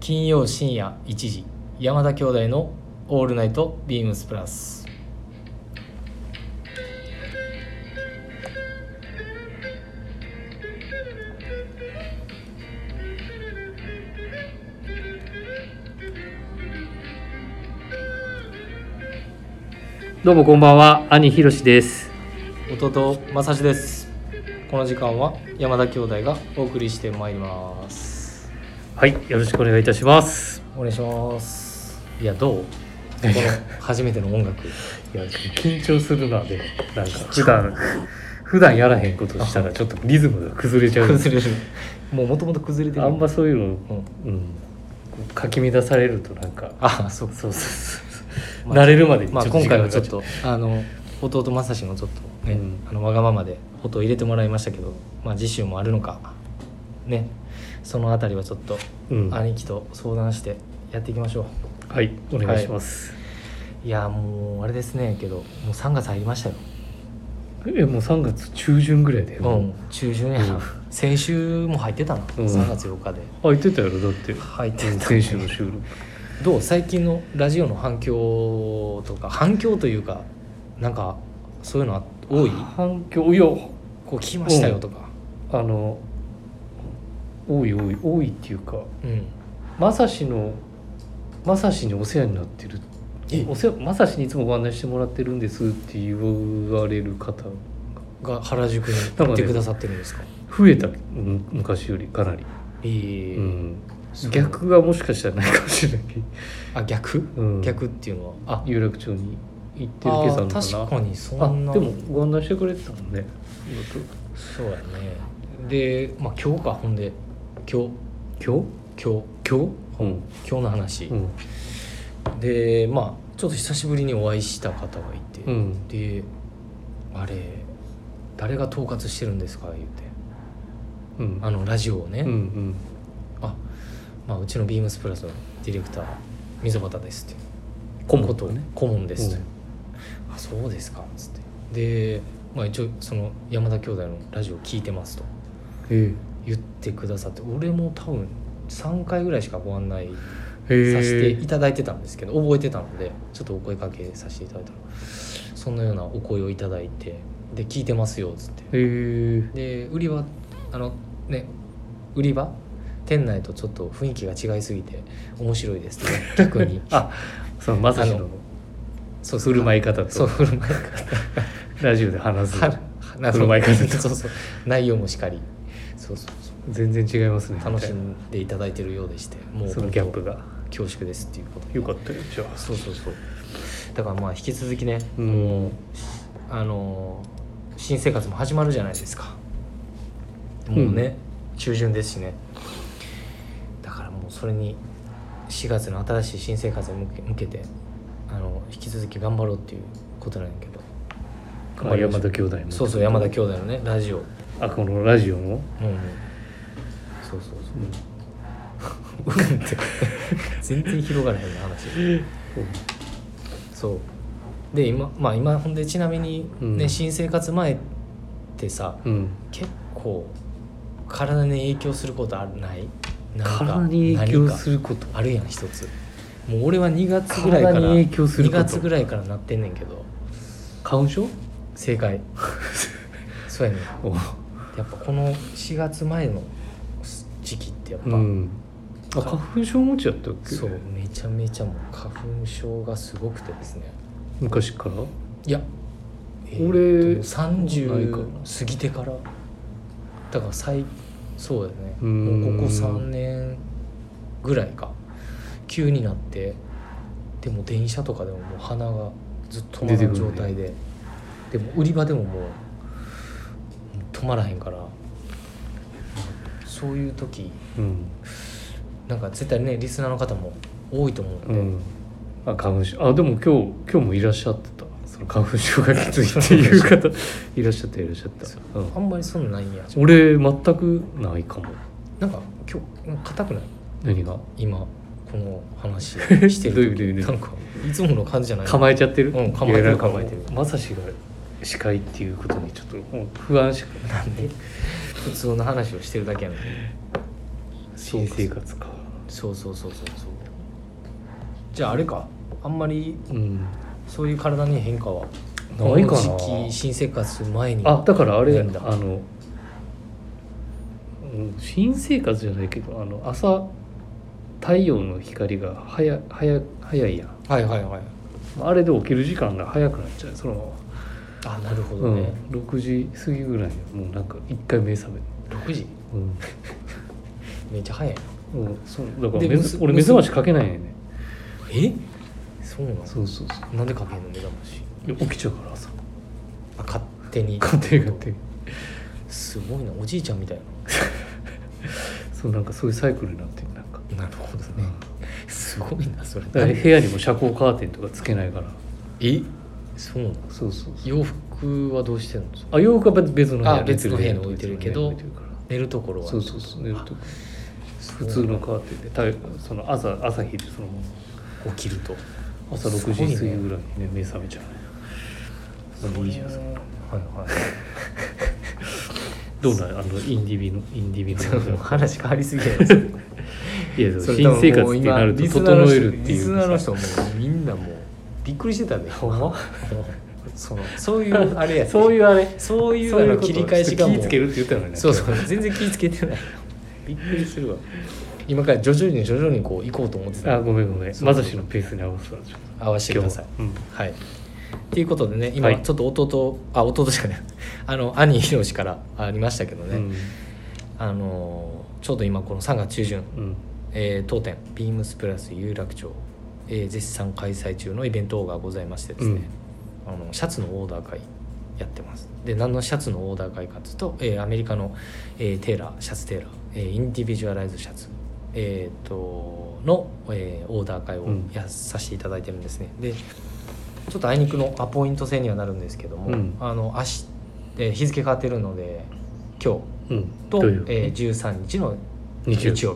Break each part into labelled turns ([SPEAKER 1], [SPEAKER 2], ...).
[SPEAKER 1] 金曜深夜1時山田兄弟の「オールナイトビームスプラス」
[SPEAKER 2] どうもこんばんは兄ひろしです
[SPEAKER 1] 弟正志ですこの時間は山田兄弟がお送りしてまいります
[SPEAKER 2] はいよろしくお願いいたします
[SPEAKER 1] お願いしますいやどうこの初めての音 楽
[SPEAKER 2] いや緊張するなで なんか普段普段やらへんことしたらちょっとリズムが崩れちゃう
[SPEAKER 1] 崩れるもうもともと崩れてる
[SPEAKER 2] あんまそういう
[SPEAKER 1] う
[SPEAKER 2] の、
[SPEAKER 1] ん
[SPEAKER 2] うん、かき乱されるとなんか
[SPEAKER 1] あそう
[SPEAKER 2] そうそうそう、
[SPEAKER 1] まあ
[SPEAKER 2] 慣れるまでに
[SPEAKER 1] まあ、
[SPEAKER 2] ちょっと
[SPEAKER 1] 今
[SPEAKER 2] 時間
[SPEAKER 1] 回
[SPEAKER 2] が
[SPEAKER 1] は
[SPEAKER 2] か
[SPEAKER 1] ち
[SPEAKER 2] か
[SPEAKER 1] ょっとあの弟正志のちょっとね、
[SPEAKER 2] うん
[SPEAKER 1] あのわがままで音を入れてもらいましたけど、まあ、次週もあるのかねそのあたりはちょっと、
[SPEAKER 2] うん
[SPEAKER 1] 兄貴と相談してやっていきましょう
[SPEAKER 2] はいお願いします、
[SPEAKER 1] いやもうあれですねけどもう3月入りましたよ、
[SPEAKER 2] えもう3月中旬ぐらいで、
[SPEAKER 1] う
[SPEAKER 2] も
[SPEAKER 1] ん
[SPEAKER 2] う
[SPEAKER 1] 中旬や
[SPEAKER 2] う
[SPEAKER 1] なん先週も入ってたな、
[SPEAKER 2] うん
[SPEAKER 1] 3月8日で
[SPEAKER 2] あ言ってたやろだって
[SPEAKER 1] 入ってた
[SPEAKER 2] 先週の収録
[SPEAKER 1] どう最近のラジオの反響とか反響というかなんかそういうのは多い
[SPEAKER 2] 反響いや
[SPEAKER 1] こう聞きましたよとか
[SPEAKER 2] あの多い多い多いっていうか
[SPEAKER 1] うん
[SPEAKER 2] まさしのまさしにお世話になってる
[SPEAKER 1] え
[SPEAKER 2] お世話まさしにいつもご案内してもらってるんですって言われる方
[SPEAKER 1] が原宿に行ってくださってるんですか。
[SPEAKER 2] 増えたうん昔よりかなり、
[SPEAKER 1] ええ
[SPEAKER 2] うん
[SPEAKER 1] そう
[SPEAKER 2] 逆がもしかしたらないかもしれない、
[SPEAKER 1] あ逆、
[SPEAKER 2] うん、
[SPEAKER 1] 逆っていうのはあ
[SPEAKER 2] 有楽町に行ってる
[SPEAKER 1] あ
[SPEAKER 2] ケさんのかな
[SPEAKER 1] ー確かにそんな
[SPEAKER 2] あでもご案内してくれてたもんね
[SPEAKER 1] そうやねでまあ今日かほんで今日
[SPEAKER 2] 今日
[SPEAKER 1] 今日
[SPEAKER 2] 今日うん、
[SPEAKER 1] 今日の話、
[SPEAKER 2] うん
[SPEAKER 1] でまあちょっと久しぶりにお会いした方がいて、
[SPEAKER 2] うん
[SPEAKER 1] であれ誰が統括してるんですか言って
[SPEAKER 2] うん
[SPEAKER 1] あのラジオをね、
[SPEAKER 2] うんうん
[SPEAKER 1] あ、まあ、うちのビームスプラスのディレクター溝端ですって
[SPEAKER 2] 顧問
[SPEAKER 1] こと
[SPEAKER 2] ね
[SPEAKER 1] 顧問ですと、
[SPEAKER 2] うん
[SPEAKER 1] あそうですかっつってで、まあ、一応その山田兄弟のラジオ聞いてますと
[SPEAKER 2] え
[SPEAKER 1] 言ってくださって俺も多分3回ぐらいしかご案内さ
[SPEAKER 2] えへ
[SPEAKER 1] せて
[SPEAKER 2] え
[SPEAKER 1] いただいてたんですけど覚えてたのでちょっとお声かけさせていただいたらそんなようなお声をいただいてで聞いてますよっつって
[SPEAKER 2] へえ
[SPEAKER 1] で売りはあのね売り場店内とちょっと雰囲気が違いすぎて面白いですね逆 に
[SPEAKER 2] あそのまさし
[SPEAKER 1] あ
[SPEAKER 2] の
[SPEAKER 1] のそう
[SPEAKER 2] 振る舞い方
[SPEAKER 1] そう
[SPEAKER 2] と
[SPEAKER 1] 振る舞い
[SPEAKER 2] ラジオで話す
[SPEAKER 1] 方は な
[SPEAKER 2] 振る舞い方と
[SPEAKER 1] そうそう内容もしかりそうそうそ
[SPEAKER 2] 全然違いますね
[SPEAKER 1] う楽しんでいただいてるようでしてもう
[SPEAKER 2] そのギャップが
[SPEAKER 1] 恐縮ですっていうことで
[SPEAKER 2] よかったよじゃあ
[SPEAKER 1] そうそうそうだからまあ引き続きね、
[SPEAKER 2] うん
[SPEAKER 1] あの新生活も始まるじゃないですかもうね、中旬ですしねだからもうそれに4月の新しい新生活に向け向けてあの引き続き頑張ろうっていうことなんやけど
[SPEAKER 2] まあ山田兄弟も
[SPEAKER 1] そうそう山田兄弟のねラジオうん
[SPEAKER 2] あこのラジオも
[SPEAKER 1] うんそうそう そううんって全然広がらへんな話そうで今まあ今ほんでちなみにね、
[SPEAKER 2] うん
[SPEAKER 1] 新生活前ってさ
[SPEAKER 2] うん
[SPEAKER 1] 結構体に影響することあるないなんか
[SPEAKER 2] 体に影響す
[SPEAKER 1] 何
[SPEAKER 2] ること
[SPEAKER 1] かあるやん一つもう俺は2月ぐらいから
[SPEAKER 2] 体に影響すること
[SPEAKER 1] 2月ぐらいからなってんねんけど
[SPEAKER 2] 花粉症
[SPEAKER 1] 正 解そうやねんや
[SPEAKER 2] お
[SPEAKER 1] っぱこの4月前の時期ってやっぱ、
[SPEAKER 2] うんあ花粉症持ちやったっけ
[SPEAKER 1] そうめちゃめちゃもう花粉症がすごくてですね
[SPEAKER 2] 昔から
[SPEAKER 1] いや、えー
[SPEAKER 2] 俺
[SPEAKER 1] と30
[SPEAKER 2] ないか
[SPEAKER 1] 過ぎてからだから最そうだよね
[SPEAKER 2] うーん
[SPEAKER 1] もうここ3年ぐらいか急になってでも電車とかでももう鼻がずっと止まらん状態で、でも売り場でももう止まらへんからそういう時
[SPEAKER 2] うん
[SPEAKER 1] なんか絶対ねリスナーの方も多いと思うので、
[SPEAKER 2] うんあ花粉症あでも今日今日もいらっしゃってたその花粉症がきついってい う方いらっしゃったいらっしゃった、うん
[SPEAKER 1] あんまりそんなんないんや
[SPEAKER 2] 俺全くないかも
[SPEAKER 1] なんか今日なんか硬くない
[SPEAKER 2] 何が
[SPEAKER 1] 今この話して
[SPEAKER 2] どうい
[SPEAKER 1] る
[SPEAKER 2] う意味どういう意
[SPEAKER 1] な
[SPEAKER 2] 味
[SPEAKER 1] んかいつもの感じじゃない
[SPEAKER 2] 構えちゃってる、
[SPEAKER 1] うん構えてる
[SPEAKER 2] いやなんか
[SPEAKER 1] 構えてる
[SPEAKER 2] まさしが司会っていうことにちょっともう不安しか
[SPEAKER 1] なんで普通の話をしてるだけやのに
[SPEAKER 2] 新生活か
[SPEAKER 1] そうそうそうそうそうじゃああれかあんまり
[SPEAKER 2] うん、
[SPEAKER 1] そういう体に変化は
[SPEAKER 2] ないかな
[SPEAKER 1] この時期新生活する前に
[SPEAKER 2] あだからあれだよ
[SPEAKER 1] なんだ
[SPEAKER 2] あのうん新生活じゃないけどあの朝太陽の光が早早早いやん
[SPEAKER 1] はいはいはい
[SPEAKER 2] あれで起きる時間が早くなっちゃうそのまま
[SPEAKER 1] あなるほ
[SPEAKER 2] う
[SPEAKER 1] ど
[SPEAKER 2] ん
[SPEAKER 1] ね、
[SPEAKER 2] 6時過ぎぐらいにはもうなんか一回目覚める
[SPEAKER 1] 6時めっちゃ早いな
[SPEAKER 2] うん、うん、そうだから
[SPEAKER 1] で
[SPEAKER 2] 目
[SPEAKER 1] む
[SPEAKER 2] 覚
[SPEAKER 1] す
[SPEAKER 2] 俺目覚ましかけないよね
[SPEAKER 1] えそうなの
[SPEAKER 2] そうそうそ
[SPEAKER 1] なんでかけんの目覚まし
[SPEAKER 2] ういや起きちゃうから朝
[SPEAKER 1] あ勝手に
[SPEAKER 2] 勝手に勝手に
[SPEAKER 1] すごいなおじいちゃんみたい
[SPEAKER 2] そうなんかそういうサイクルになってるなんか
[SPEAKER 1] ななるほどねすごいなそれ
[SPEAKER 2] だから部屋にも遮光カーテンとかつけないから
[SPEAKER 1] えそうなの
[SPEAKER 2] そうそうそう
[SPEAKER 1] 洋服はどうしてるんですか
[SPEAKER 2] あ洋服は別の部屋に
[SPEAKER 1] あ別の部屋に置いてるけど
[SPEAKER 2] 別の部屋に置いてるか
[SPEAKER 1] 寝るところ
[SPEAKER 2] ら
[SPEAKER 1] は
[SPEAKER 2] そうそうそう寝るとこ
[SPEAKER 1] そう
[SPEAKER 2] 普通のカーテンでたいその朝朝日でそのま
[SPEAKER 1] 起きると
[SPEAKER 2] ま朝6
[SPEAKER 1] すごい
[SPEAKER 2] 時
[SPEAKER 1] ね
[SPEAKER 2] 過ぎぐらいにね目覚めちゃうねでもいいじゃないですか
[SPEAKER 1] はい
[SPEAKER 2] どうなんあのインディビのインディビの
[SPEAKER 1] はい話変わりすぎじゃないですか
[SPEAKER 2] いやでも
[SPEAKER 1] それ
[SPEAKER 2] 新生活ってなると
[SPEAKER 1] 多分もう今
[SPEAKER 2] 整えるって
[SPEAKER 1] リ
[SPEAKER 2] い
[SPEAKER 1] スナーの
[SPEAKER 2] うさ
[SPEAKER 1] 人リスナーの人もうみんなもうびっくりしてた ねほんまそのそういうあれや
[SPEAKER 2] そういうあれ
[SPEAKER 1] そういう
[SPEAKER 2] そう
[SPEAKER 1] あ
[SPEAKER 2] いう
[SPEAKER 1] の
[SPEAKER 2] こと
[SPEAKER 1] 切り返しがもう
[SPEAKER 2] ちょっと気ぃつけるって言ったのにね
[SPEAKER 1] そうそう全然気ぃつけてない
[SPEAKER 2] びっくりするわ
[SPEAKER 1] 今から徐々に徐々にこう行こうと思ってた
[SPEAKER 2] あごめんごめん
[SPEAKER 1] そう
[SPEAKER 2] まさしのペースに合わせたらちょっ
[SPEAKER 1] 合わせ
[SPEAKER 2] と
[SPEAKER 1] てください
[SPEAKER 2] 今日は
[SPEAKER 1] はいっていうことでね
[SPEAKER 2] は
[SPEAKER 1] 今
[SPEAKER 2] い
[SPEAKER 1] ちょっと弟、あ弟しかない あの兄ひろしからありましたけど
[SPEAKER 2] う
[SPEAKER 1] ね、
[SPEAKER 2] ん
[SPEAKER 1] あのちょうど今この3月中旬、
[SPEAKER 2] うんうん
[SPEAKER 1] えー当店ビームスプラス有楽町、えー絶賛開催中のイベントがございましてですね、あのシャツのオーダー会やってますで何のシャツのオーダー会かっていうと、えーアメリカの、えーテーラーシャツテーラー、えーインディビジュアライズシャツ、えー、との、えーオーダー会を
[SPEAKER 2] うん
[SPEAKER 1] やさせていただいてるんですね、でちょっとあいにくのアポイント制にはなるんですけども、
[SPEAKER 2] うん
[SPEAKER 1] あの明日、えー日付変わってるので今日
[SPEAKER 2] うん
[SPEAKER 1] と、
[SPEAKER 2] どういう
[SPEAKER 1] えー、13日の
[SPEAKER 2] 日
[SPEAKER 1] 日
[SPEAKER 2] 曜
[SPEAKER 1] 曜
[SPEAKER 2] 日
[SPEAKER 1] 日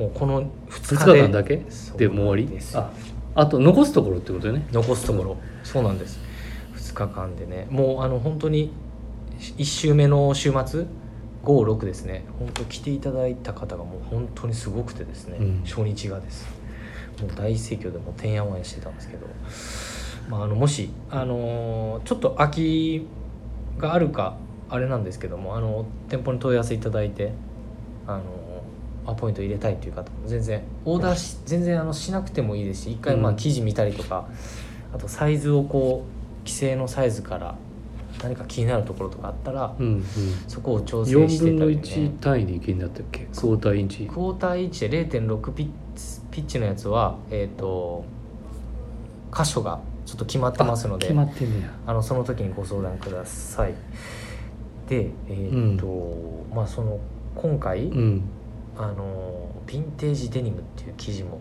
[SPEAKER 1] もうこの
[SPEAKER 2] 2
[SPEAKER 1] 2日
[SPEAKER 2] 日
[SPEAKER 1] で
[SPEAKER 2] 間だけ
[SPEAKER 1] そう
[SPEAKER 2] でもう終
[SPEAKER 1] なん
[SPEAKER 2] わり
[SPEAKER 1] です
[SPEAKER 2] ああと残すところってことね
[SPEAKER 1] 残すところ、そうなんです2日間でねもうあの本当に1週目の週末56ですね本当来ていただいた方がもう本当にすごくてですね、
[SPEAKER 2] うん
[SPEAKER 1] 初日がですもう大盛況でもうてんやわんやしてたんですけど、まあ、あのもし、あのーちょっと空きがあるかあれなんですけどもあの店舗に問い合わせいただいてあのアポイント入れたいという方も全然オーダーし全然あのしなくてもいいですし一回ま
[SPEAKER 2] う
[SPEAKER 1] あ
[SPEAKER 2] ん
[SPEAKER 1] 記事見たりとか、あとサイズをこう規制のサイズから何か気になるところとかあったら、
[SPEAKER 2] うんうん
[SPEAKER 1] そこを調整し
[SPEAKER 2] 4
[SPEAKER 1] て
[SPEAKER 2] 分
[SPEAKER 1] いた
[SPEAKER 2] の
[SPEAKER 1] だいて、ね
[SPEAKER 2] 1、単位でいけんだったっけクォーターインチ
[SPEAKER 1] クォーター1で0.6ピッチピッチのやつはえっ、と箇所がちょっと決まってますので
[SPEAKER 2] 決まってんねや
[SPEAKER 1] あのその時にご相談くださいでえっ、と、まあその今回、
[SPEAKER 2] うん
[SPEAKER 1] あのヴィンテージデニムっていう生地も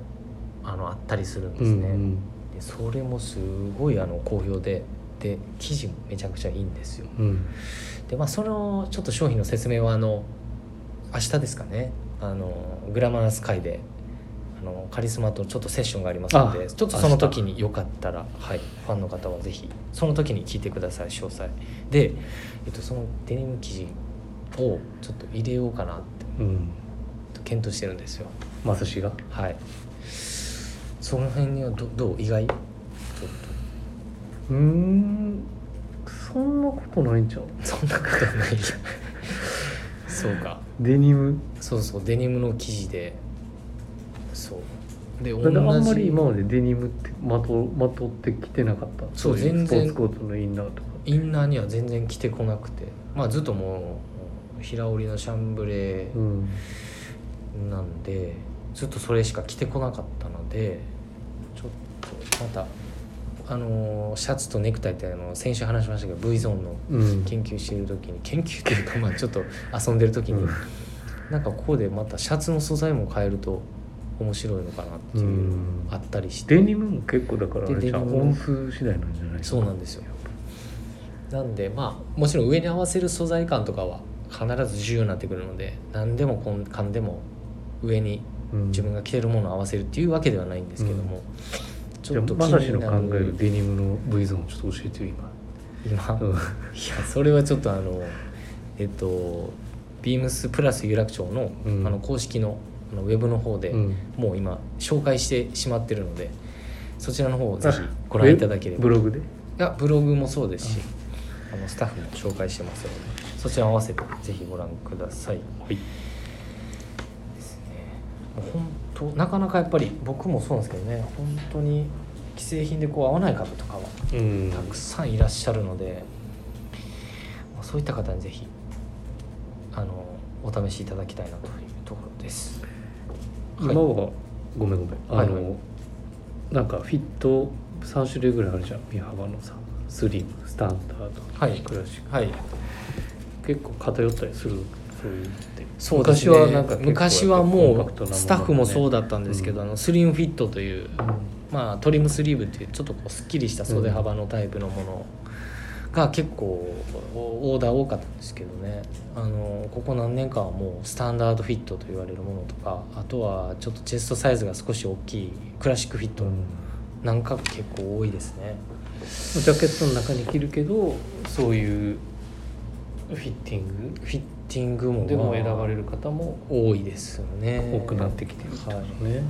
[SPEAKER 1] あのあったりするん
[SPEAKER 2] う
[SPEAKER 1] です
[SPEAKER 2] ん
[SPEAKER 1] ね、でそれもすごいあの好評でで生地もめちゃくちゃいいんですよ
[SPEAKER 2] うんうん
[SPEAKER 1] でまあそのちょっと商品の説明はあの明日ですかねあのグラマラス会であのカリスマとちょっとセッションがありますの
[SPEAKER 2] あ
[SPEAKER 1] でちょっとその時によかったら、はい、ファンの方はぜひその時に聞いてください詳細で、えっと、そのデニム生地をちょっと入れようかなって
[SPEAKER 2] うん
[SPEAKER 1] 検討してるんですよ
[SPEAKER 2] まさしが
[SPEAKER 1] はいその辺にはどどう意外ちょっ
[SPEAKER 2] うーんそんなことないんちゃう
[SPEAKER 1] とそんなことないそうか
[SPEAKER 2] デニム
[SPEAKER 1] そうそうデニムの生地でそうで
[SPEAKER 2] だってあんま
[SPEAKER 1] 同
[SPEAKER 2] り
[SPEAKER 1] じ
[SPEAKER 2] 今までデニムってまとまとってきてなかった
[SPEAKER 1] そう
[SPEAKER 2] い
[SPEAKER 1] 全然
[SPEAKER 2] スポーツコートのインナーとか
[SPEAKER 1] インナーには全然着てこなくてまあずっともう平織りのシャンブレ
[SPEAKER 2] うん
[SPEAKER 1] ーなんで、ずっとそれしか着てこなかったのでちょっとまたあのーシャツとネクタイってあの先週話しましたけど V ゾーンの
[SPEAKER 2] うん
[SPEAKER 1] 研究している時に研究っていうかまあちょっと遊んでる時に、
[SPEAKER 2] うん
[SPEAKER 1] なんかここでまたシャツの素材も変えると面白いのかなっていう、
[SPEAKER 2] うん
[SPEAKER 1] あったりして
[SPEAKER 2] デニムも結構だからあれじゃ
[SPEAKER 1] で
[SPEAKER 2] ん
[SPEAKER 1] デニム
[SPEAKER 2] 音数次第なんじゃない
[SPEAKER 1] そうなんですよなんでまあもちろん上に合わせる素材感とかは必ず重要になってくるので何でもこんかんでも上に
[SPEAKER 2] うん
[SPEAKER 1] 自分が着てるものを合わせるっていうわけではないんですけども、ち
[SPEAKER 2] じゃ
[SPEAKER 1] ょ
[SPEAKER 2] あ
[SPEAKER 1] っと気
[SPEAKER 2] まさし
[SPEAKER 1] に
[SPEAKER 2] の
[SPEAKER 1] な
[SPEAKER 2] 考える
[SPEAKER 1] る
[SPEAKER 2] デニムの V ゾーンちょっと教えてよ今
[SPEAKER 1] 今
[SPEAKER 2] うん
[SPEAKER 1] いやそれはちょっとあのえっとビームスプラス有楽町の,、
[SPEAKER 2] うん
[SPEAKER 1] あの公式のあのウェブの方で、
[SPEAKER 2] うん
[SPEAKER 1] もう今紹介してしまってるのでそちらの方をぜひご覧いただければ
[SPEAKER 2] ブログで
[SPEAKER 1] いやブログもそうですしあのスタッフも紹介してますのでそちらを合わせてぜひご覧ください
[SPEAKER 2] はい
[SPEAKER 1] ですねもう本当なかなかやっぱり僕もそうなんですけどね本当に既製品でこう合わない方とかは
[SPEAKER 2] うん
[SPEAKER 1] たくさんいらっしゃるので、まあそういった方にぜひあのお試しいただきたいなというところです
[SPEAKER 2] 今はごめんごめんあの、
[SPEAKER 1] はいはい
[SPEAKER 2] なんかフィット3種類ぐらいあるじゃん身幅のさスリムスタンダード
[SPEAKER 1] はい
[SPEAKER 2] クラシック
[SPEAKER 1] はい
[SPEAKER 2] 結構偏ったりするそういうのって
[SPEAKER 1] そうですね
[SPEAKER 2] 昔はなんか結構
[SPEAKER 1] 昔は
[SPEAKER 2] コンパ
[SPEAKER 1] も
[SPEAKER 2] クトなものだ
[SPEAKER 1] う
[SPEAKER 2] ね
[SPEAKER 1] スタッフもそうだったんですけど、
[SPEAKER 2] うん
[SPEAKER 1] あのスリムフィットという、
[SPEAKER 2] う
[SPEAKER 1] まあ、トリムスリーブっていうちょっとこうすっきりした袖幅のタイプのものが結構オーダー多かったんですけどねあのここ何年かはもうスタンダードフィットと言われるものとかあとはちょっとチェストサイズが少し大きいクラシックフィット
[SPEAKER 2] ん
[SPEAKER 1] なんか結構多いですね。
[SPEAKER 2] ジャケットの中に着るけどそういうフィッティン
[SPEAKER 1] フィッティングも
[SPEAKER 2] グでも選ばれ
[SPEAKER 1] る
[SPEAKER 2] る方も
[SPEAKER 1] 多いですよね
[SPEAKER 2] 多くなってきてるってこと
[SPEAKER 1] はい
[SPEAKER 2] ね、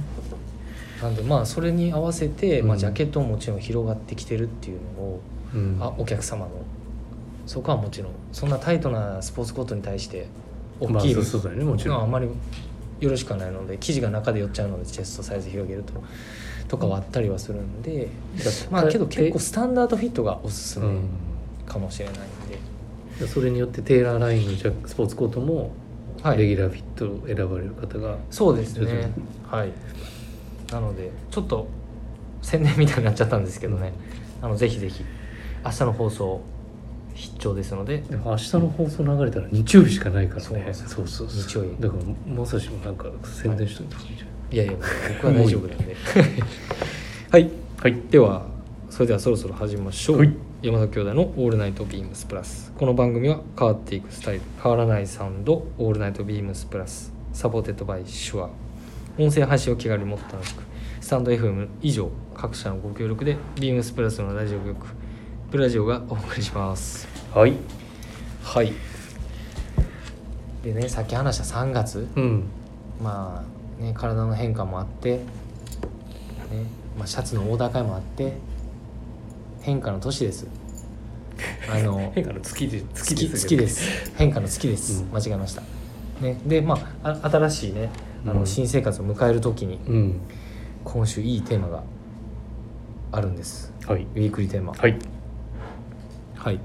[SPEAKER 1] なんでまあそれに合わせて、ま
[SPEAKER 2] う
[SPEAKER 1] あ、
[SPEAKER 2] ん
[SPEAKER 1] ジャケットももちろん広がってきてるっていうのを、
[SPEAKER 2] うん
[SPEAKER 1] あお客様のそこはもちろんそんなタイトなスポーツコートに対して大
[SPEAKER 2] まあ
[SPEAKER 1] きい
[SPEAKER 2] そうそうだよねもち
[SPEAKER 1] のは
[SPEAKER 2] ろ
[SPEAKER 1] あ
[SPEAKER 2] ん
[SPEAKER 1] まりよろしくはないので生地が中で寄っちゃうのでチェストサイズ広げるととか割ったりはするんで、
[SPEAKER 2] だって
[SPEAKER 1] まあけど結構スタンダードフィットがおすす
[SPEAKER 2] う
[SPEAKER 1] め
[SPEAKER 2] ん
[SPEAKER 1] かもしれないんで、
[SPEAKER 2] でそれによってテーラーラインのジャスポーツコートも
[SPEAKER 1] は
[SPEAKER 2] レギ
[SPEAKER 1] い
[SPEAKER 2] ュラーフィットを選ばれる方が
[SPEAKER 1] そうです
[SPEAKER 2] 徐々
[SPEAKER 1] ねはいなのでちょっと宣伝みたいになっちゃったんですけどね、あのぜひぜひ明日の放送必聴ですので
[SPEAKER 2] でも明日の放送流れたら日曜日しかないから
[SPEAKER 1] そうなん
[SPEAKER 2] ね
[SPEAKER 1] ですよ
[SPEAKER 2] そうそうそう
[SPEAKER 1] 日曜日
[SPEAKER 2] だからまさしもなんか宣伝しといた方がいいじゃん
[SPEAKER 1] いやいや僕は大丈夫なんで はい
[SPEAKER 2] はい
[SPEAKER 1] ではそれではそろそろ始めましょう、
[SPEAKER 2] はい
[SPEAKER 1] 山崎兄弟の「オールナイトビームスプラス」この番組は変わっていくスタイル変わらないサウンド「オールナイトビームスプラス」サポーテッドバイシュア音声配信を気軽にもっと楽しくスタンド FM 以上各社のご協力でビームスプラスのラジオ局プラジオがお送りします
[SPEAKER 2] はい
[SPEAKER 1] はいでねさっき話した3月
[SPEAKER 2] うん
[SPEAKER 1] まあね体の変化もあって、ねまあ、シャツのオーダー会もあって変化の年ですあの
[SPEAKER 2] 変化の月で
[SPEAKER 1] 月
[SPEAKER 2] で
[SPEAKER 1] 月です変化の月です、
[SPEAKER 2] うん
[SPEAKER 1] 間違えました、ね、でまああ新しいねあ
[SPEAKER 2] う
[SPEAKER 1] の
[SPEAKER 2] ん
[SPEAKER 1] 新生活を迎える時に
[SPEAKER 2] うん
[SPEAKER 1] 今週いいテーマがあるんです
[SPEAKER 2] はい
[SPEAKER 1] ウィークリーテーマ
[SPEAKER 2] はい
[SPEAKER 1] はい、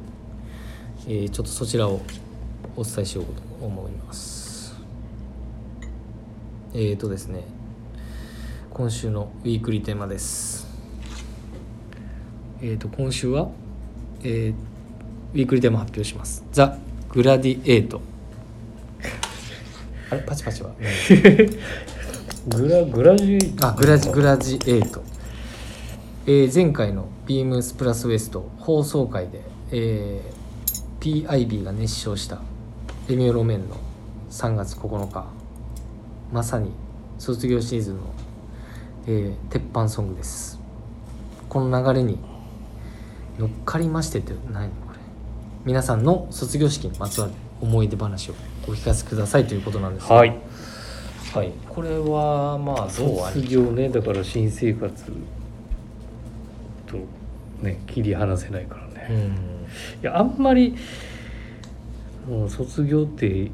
[SPEAKER 1] えーちょっとそちらをお伝えしようと思いますえーとですね今週のウィークリーテーマですえーと今週は、えーウィークリーテーマ発表します「ザ・グラディエイト」あれパチパチは何
[SPEAKER 2] グラグラジュエイト
[SPEAKER 1] あグラジグラジエイト、えー前回のビームスプラスウエスト放送会で、えー PIB が熱唱したレミオロメンの3月9日まさに卒業シーズンの、えー鉄板ソングですこの流れに乗っかりましてって何これ皆さんの卒業式にまつわる思い出話をお聞かせくださいということなんですが
[SPEAKER 2] はい
[SPEAKER 1] はい、これはまあどうあ
[SPEAKER 2] 卒
[SPEAKER 1] り
[SPEAKER 2] 業ねだから新生活とね切り離せないから
[SPEAKER 1] う
[SPEAKER 2] ね、
[SPEAKER 1] ん
[SPEAKER 2] いやあんまり、うん、卒業って、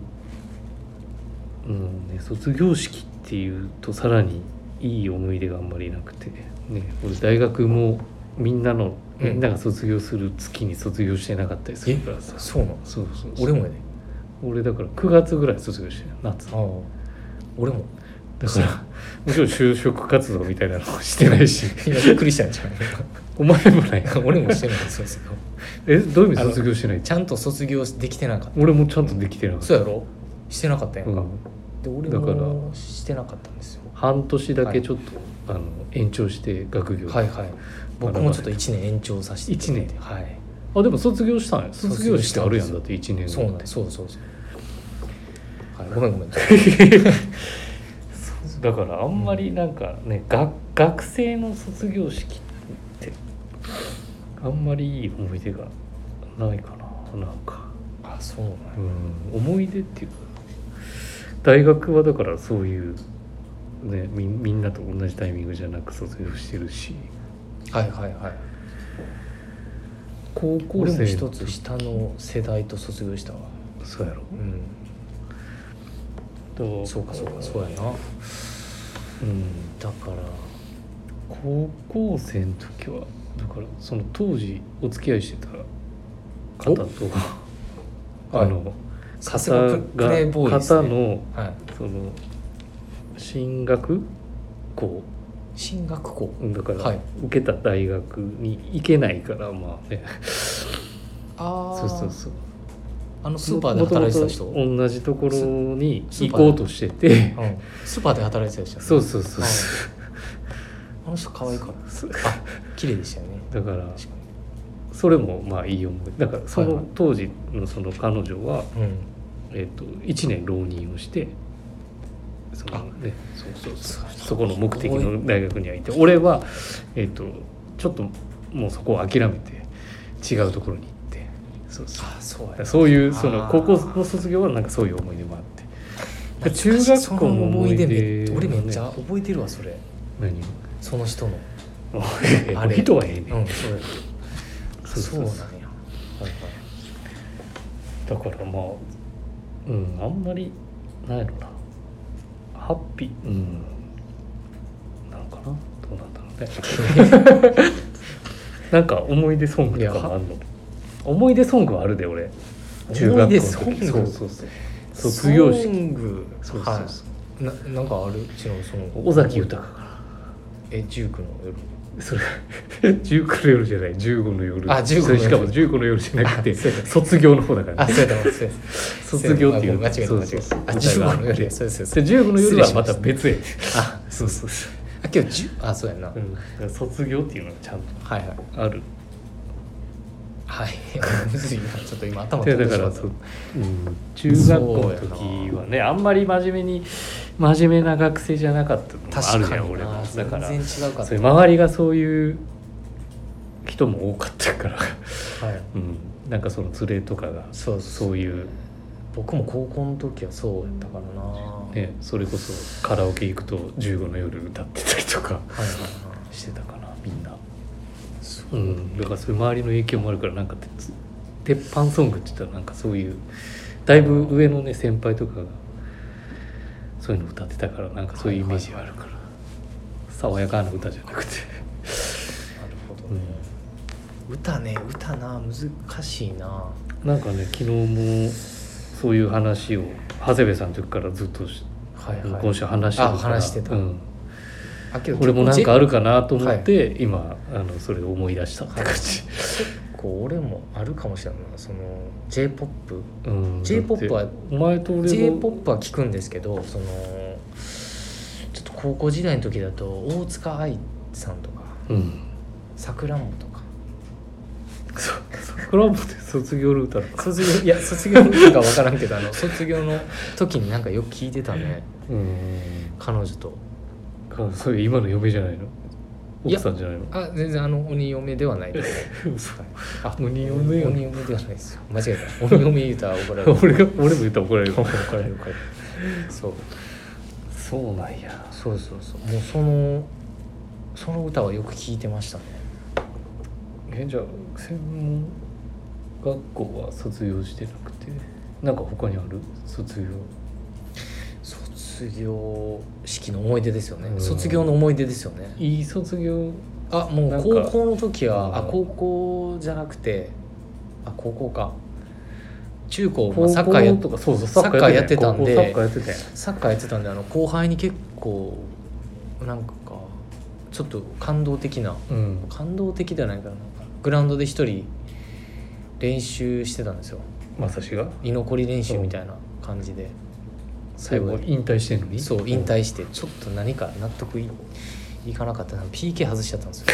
[SPEAKER 2] うんね、卒業式っていうとさらにいい思い出があんまりなくて、ね、俺大学もみんなの、
[SPEAKER 1] うん
[SPEAKER 2] みんなが卒業する月に卒業してなかったりするからさ
[SPEAKER 1] そうなの
[SPEAKER 2] そうそうそう
[SPEAKER 1] 俺もやで
[SPEAKER 2] 俺だから9月ぐらい卒業してる
[SPEAKER 1] あ
[SPEAKER 2] 夏
[SPEAKER 1] あ俺も
[SPEAKER 2] だからむしろ就職活動みたいなのもしてな いし
[SPEAKER 1] 今びっくりしたんじゃ
[SPEAKER 2] お前もない
[SPEAKER 1] ん 俺もしてないですよ 卒業
[SPEAKER 2] えどういう意味卒業してない
[SPEAKER 1] ちゃんと卒業できてなかった
[SPEAKER 2] 俺もちゃんとできてなかった
[SPEAKER 1] そうやろしてなかったやんか、
[SPEAKER 2] うん
[SPEAKER 1] で俺
[SPEAKER 2] だから
[SPEAKER 1] もしてなかったんですよ
[SPEAKER 2] 半年だけちょっと、あの延長して学業、
[SPEAKER 1] はいはい僕もちょっと1年延長させていただいてはい
[SPEAKER 2] あでも卒業したんや卒
[SPEAKER 1] 卒
[SPEAKER 2] 業
[SPEAKER 1] 業
[SPEAKER 2] し
[SPEAKER 1] してた
[SPEAKER 2] あ
[SPEAKER 1] ん
[SPEAKER 2] る
[SPEAKER 1] で
[SPEAKER 2] や
[SPEAKER 1] す
[SPEAKER 2] んだって1年
[SPEAKER 1] そうなん
[SPEAKER 2] だ
[SPEAKER 1] そうそうそう、はい、ごめんご めん
[SPEAKER 2] だからあんまりなんかね、が学生の卒業式ってあんまりいい思い出がないかななんか、
[SPEAKER 1] あそうなん
[SPEAKER 2] う
[SPEAKER 1] や
[SPEAKER 2] ん、思い出っていうか大学はだからそういうね、みみんなと同じタイミングじゃなく卒業してるし
[SPEAKER 1] はいはいはい
[SPEAKER 2] 高校
[SPEAKER 1] 俺
[SPEAKER 2] 生
[SPEAKER 1] も一つ下の世代と卒業したわ
[SPEAKER 2] そうやろ
[SPEAKER 1] うん
[SPEAKER 2] と
[SPEAKER 1] そうかそうかそうやな
[SPEAKER 2] うん
[SPEAKER 1] だから
[SPEAKER 2] 高校生の時はだからその当時お付き合いしてた方とあの
[SPEAKER 1] さす
[SPEAKER 2] 方
[SPEAKER 1] がププ
[SPEAKER 2] が
[SPEAKER 1] レイボーイです
[SPEAKER 2] 方
[SPEAKER 1] ね
[SPEAKER 2] の
[SPEAKER 1] はい
[SPEAKER 2] その進学校
[SPEAKER 1] 進学校
[SPEAKER 2] だから、
[SPEAKER 1] はい
[SPEAKER 2] 受けた大学に行けないからまあね
[SPEAKER 1] ああ
[SPEAKER 2] そうそうそう
[SPEAKER 1] あのスーパーで働いてた人
[SPEAKER 2] もともと同じところに
[SPEAKER 1] ススー
[SPEAKER 2] 行
[SPEAKER 1] パーで
[SPEAKER 2] こうとしてて
[SPEAKER 1] うんスーパーで働いてた人、ね、
[SPEAKER 2] そうそうそう
[SPEAKER 1] はい
[SPEAKER 2] そ
[SPEAKER 1] あの人可愛いから
[SPEAKER 2] う
[SPEAKER 1] あ綺麗でしたよね
[SPEAKER 2] だから
[SPEAKER 1] 確か
[SPEAKER 2] それもまあいい思いだからそ
[SPEAKER 1] はいは
[SPEAKER 2] の
[SPEAKER 1] い
[SPEAKER 2] 当時のその彼女は、
[SPEAKER 1] にうん
[SPEAKER 2] えっと1年浪人をしてそ
[SPEAKER 1] あ
[SPEAKER 2] のねそうそうそう
[SPEAKER 1] そう
[SPEAKER 2] そこの目的の大学にはいて俺は、えっとちょっともうそこを諦めて違うところに行ってそうそう
[SPEAKER 1] あそう
[SPEAKER 2] だか
[SPEAKER 1] や
[SPEAKER 2] らそういうその
[SPEAKER 1] あー
[SPEAKER 2] 高校の卒業はなんかそういう思い出もあってだから中
[SPEAKER 1] 懐かしい
[SPEAKER 2] 学校の思
[SPEAKER 1] そのめ
[SPEAKER 2] い出もね
[SPEAKER 1] 俺めっちゃ覚えてるわそれ
[SPEAKER 2] 何
[SPEAKER 1] その人のあ
[SPEAKER 2] あ
[SPEAKER 1] れ
[SPEAKER 2] れ 人はええね
[SPEAKER 1] うんそうや
[SPEAKER 2] そうそうそう
[SPEAKER 1] なんやはいはい
[SPEAKER 2] だからまあうんあんまりなんやろなハッピーうんなのかなどうなんだろうねなんか思い出ソングとかもあんの思い出ソングはあるで俺中学校の
[SPEAKER 1] 思い出
[SPEAKER 2] 時
[SPEAKER 1] ソング
[SPEAKER 2] そうそうそう卒業
[SPEAKER 1] ソ
[SPEAKER 2] 式
[SPEAKER 1] ング
[SPEAKER 2] そうそうそう
[SPEAKER 1] ななんかあるちのその
[SPEAKER 2] 尾崎豊かな
[SPEAKER 1] え19の夜
[SPEAKER 2] それ 19の夜じゃない15の夜
[SPEAKER 1] あ15の夜
[SPEAKER 2] それしかも15の夜じゃなくて
[SPEAKER 1] あそうやった
[SPEAKER 2] 卒業の方だから
[SPEAKER 1] あ
[SPEAKER 2] ね
[SPEAKER 1] そうやったそうやった
[SPEAKER 2] 卒業っていう
[SPEAKER 1] 間違えた
[SPEAKER 2] そ
[SPEAKER 1] 間
[SPEAKER 2] う
[SPEAKER 1] 違
[SPEAKER 2] そう
[SPEAKER 1] え
[SPEAKER 2] そう
[SPEAKER 1] たあ15の夜やそうですそう
[SPEAKER 2] で
[SPEAKER 1] です
[SPEAKER 2] 15の夜はまた別へ
[SPEAKER 1] あ
[SPEAKER 2] そうそうそう
[SPEAKER 1] あ今日10あそうやんな、
[SPEAKER 2] うん、だから卒業っていうのがちゃんと
[SPEAKER 1] はいはい
[SPEAKER 2] ある
[SPEAKER 1] はい むずいなちょっと今頭
[SPEAKER 2] で
[SPEAKER 1] 取
[SPEAKER 2] だ
[SPEAKER 1] ってし
[SPEAKER 2] か
[SPEAKER 1] ま
[SPEAKER 2] ら
[SPEAKER 1] った
[SPEAKER 2] そう、うん、中学校の
[SPEAKER 1] そうや
[SPEAKER 2] 時
[SPEAKER 1] な
[SPEAKER 2] はねあんまり真面目に真面目な学生じゃなかったのもある
[SPEAKER 1] 確
[SPEAKER 2] じ
[SPEAKER 1] か
[SPEAKER 2] ゃん
[SPEAKER 1] に
[SPEAKER 2] 俺
[SPEAKER 1] な
[SPEAKER 2] はだから
[SPEAKER 1] 全然違うかっ
[SPEAKER 2] そ
[SPEAKER 1] た
[SPEAKER 2] れ周りがそういう人も多かったから、
[SPEAKER 1] はい
[SPEAKER 2] うん、なんかその連れとかが
[SPEAKER 1] そうそう
[SPEAKER 2] そういう、
[SPEAKER 1] 僕も高校の時はそうやったからな、
[SPEAKER 2] ね、それこそカラオケ行くと15の夜歌ってたりとか
[SPEAKER 1] はいはいはい
[SPEAKER 2] してたかなみんな、、
[SPEAKER 1] そううん
[SPEAKER 2] だからそういう周りの影響もあるからなんかてつ鉄板ソングって言ったらなんかそういうだいぶ上のね先輩とかがそういうの歌ってたからなんかそういうイメージがあるから、爽やかな歌じゃなくて、
[SPEAKER 1] なるほどね、歌ね歌な難しいな
[SPEAKER 2] なんかね昨日もそういう話を長谷部さんの時からずっとし
[SPEAKER 1] はいはい
[SPEAKER 2] 今週話してるか
[SPEAKER 1] あ
[SPEAKER 2] ら
[SPEAKER 1] 話してた
[SPEAKER 2] うん
[SPEAKER 1] あけど
[SPEAKER 2] 俺もなんかあるかなと思
[SPEAKER 1] は
[SPEAKER 2] っ
[SPEAKER 1] い
[SPEAKER 2] て、今あのそれを思い出したって感じ、
[SPEAKER 1] 結構俺もあるかもしれないなその j p o p
[SPEAKER 2] うん、
[SPEAKER 1] J-POP は
[SPEAKER 2] だってお前と俺
[SPEAKER 1] j
[SPEAKER 2] の
[SPEAKER 1] p o p は聞くんですけどそのちょっと高校時代の時だと大塚愛さんとか
[SPEAKER 2] うん
[SPEAKER 1] さくらんぼとか
[SPEAKER 2] そ桜本で卒業の歌なのか
[SPEAKER 1] 卒業いや卒業の時か分からんけどあの卒業の時になんかよく聞いてたね
[SPEAKER 2] うん
[SPEAKER 1] 彼女と
[SPEAKER 2] かそれ今の嫁じゃないの
[SPEAKER 1] いや
[SPEAKER 2] 奥さんじゃないの
[SPEAKER 1] あ全然あの鬼嫁ではないです、
[SPEAKER 2] 嘘
[SPEAKER 1] はい
[SPEAKER 2] あ鬼嫁 よ
[SPEAKER 1] 鬼嫁ではないですよ間違えた鬼嫁言うたら怒られる
[SPEAKER 2] 俺が俺も言ったら怒られる
[SPEAKER 1] 怒られる怒られるそう
[SPEAKER 2] そうなんや
[SPEAKER 1] そうそうそうもうそのその歌はよく聞いてましたね
[SPEAKER 2] えじゃあ専門学校は卒業してなくてなんか他にある卒業
[SPEAKER 1] 卒業式の思い出ですよね、
[SPEAKER 2] うん
[SPEAKER 1] 卒業の思い出ですよね
[SPEAKER 2] いい卒業
[SPEAKER 1] あも
[SPEAKER 2] な
[SPEAKER 1] うん
[SPEAKER 2] か
[SPEAKER 1] 高校の時は、
[SPEAKER 2] うん
[SPEAKER 1] あ高校じゃなくてあ高校か中高、ま
[SPEAKER 2] 高
[SPEAKER 1] あ、
[SPEAKER 2] 校
[SPEAKER 1] サッカーや
[SPEAKER 2] とかそうそう
[SPEAKER 1] サッカーやってたんで
[SPEAKER 2] サッカーやってたやん
[SPEAKER 1] サッカーやってたんであの後輩に結構なんかちょっと感動的な
[SPEAKER 2] うん
[SPEAKER 1] 感動的ではないかなグラウンドで一人練習してたんですよ
[SPEAKER 2] まさしが
[SPEAKER 1] 居残り練習みたいな感じで最
[SPEAKER 2] 最
[SPEAKER 1] 後
[SPEAKER 2] 後引退してんのに
[SPEAKER 1] そう引退してちょっと何か納得いいかなかったな PK 外しちゃったんですよ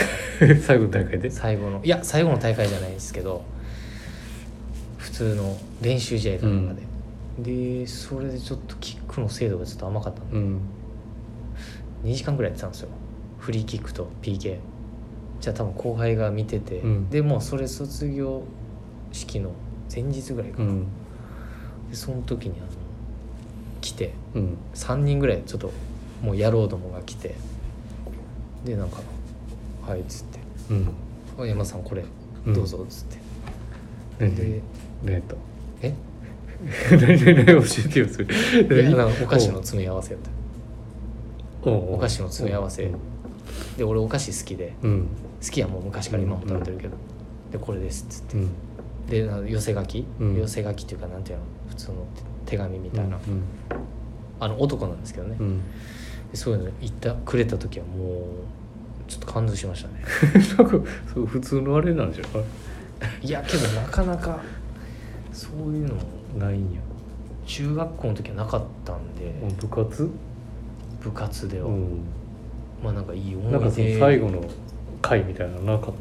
[SPEAKER 2] 最後の大会で
[SPEAKER 1] 最後のいや最後の大会じゃないですけど普通の練習試合かなんかで、でそれでちょっとキックの精度がちょっと甘かったんで
[SPEAKER 2] うん
[SPEAKER 1] 2時間ぐらいやってたんですよフリーキックと PK じゃあ多分後輩が見てて、
[SPEAKER 2] うん
[SPEAKER 1] でもうそれ卒業式の前日ぐらいか
[SPEAKER 2] う
[SPEAKER 1] な、
[SPEAKER 2] ん
[SPEAKER 1] でその時にあの来て
[SPEAKER 2] うん
[SPEAKER 1] 3人ぐらいちょっともう野郎どもが来てでなんか「はい」っつって
[SPEAKER 2] うん
[SPEAKER 1] 「あ山さんこれ
[SPEAKER 2] うん
[SPEAKER 1] どうぞ」っつって、
[SPEAKER 2] 何
[SPEAKER 1] で
[SPEAKER 2] 何何やった
[SPEAKER 1] え
[SPEAKER 2] 何何何教えてよそ
[SPEAKER 1] い
[SPEAKER 2] れ
[SPEAKER 1] やなんかお菓子の
[SPEAKER 2] お
[SPEAKER 1] 詰め合わせやった
[SPEAKER 2] おうおう
[SPEAKER 1] お菓子の詰め合わせで俺お菓子好きで
[SPEAKER 2] うん
[SPEAKER 1] 好きはもう昔から今も食べてるけど、でこれですっつって
[SPEAKER 2] うん
[SPEAKER 1] でなんか寄せ書き、
[SPEAKER 2] うん
[SPEAKER 1] 寄せ書きっていうかなんていうの普通の手紙みたいな、
[SPEAKER 2] うん
[SPEAKER 1] あの男なんですけどね、
[SPEAKER 2] うん
[SPEAKER 1] でそういうの言ったくれた時はもうちょっと感動しました ね
[SPEAKER 2] なんかそう普通のあれなんじゃ
[SPEAKER 1] いやけどなかなかそういうのも
[SPEAKER 2] ないないんや
[SPEAKER 1] 中学校の時はなかったんで、
[SPEAKER 2] もう部活
[SPEAKER 1] 部活では、
[SPEAKER 2] うん
[SPEAKER 1] まあなんかいい思い出
[SPEAKER 2] なんかその最後の会みたいなのなかっ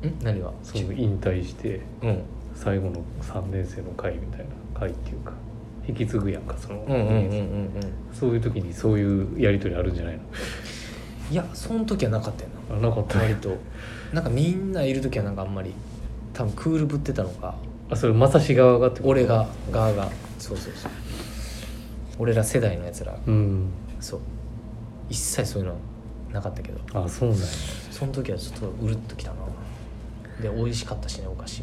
[SPEAKER 2] た
[SPEAKER 1] ん何が
[SPEAKER 2] その引退して
[SPEAKER 1] うん
[SPEAKER 2] 最後の3年生の会みたいな会っていうか引き継ぐやんかその、
[SPEAKER 1] うんうんうんうんうん
[SPEAKER 2] そういう時にそういうやり取りあるんじゃないの
[SPEAKER 1] いやその時はなかったよな
[SPEAKER 2] あなかった
[SPEAKER 1] 割 となんかみんないる時はなんかあんまり多分クールぶってたのか
[SPEAKER 2] あそれまさし側がってこと
[SPEAKER 1] 俺が側がそうそうそう俺ら世代のやつら
[SPEAKER 2] うん
[SPEAKER 1] そう一切そういうのなかったけど
[SPEAKER 2] あそうなんや
[SPEAKER 1] その時はちょっとうるっときたなで美味しかったしねお菓 子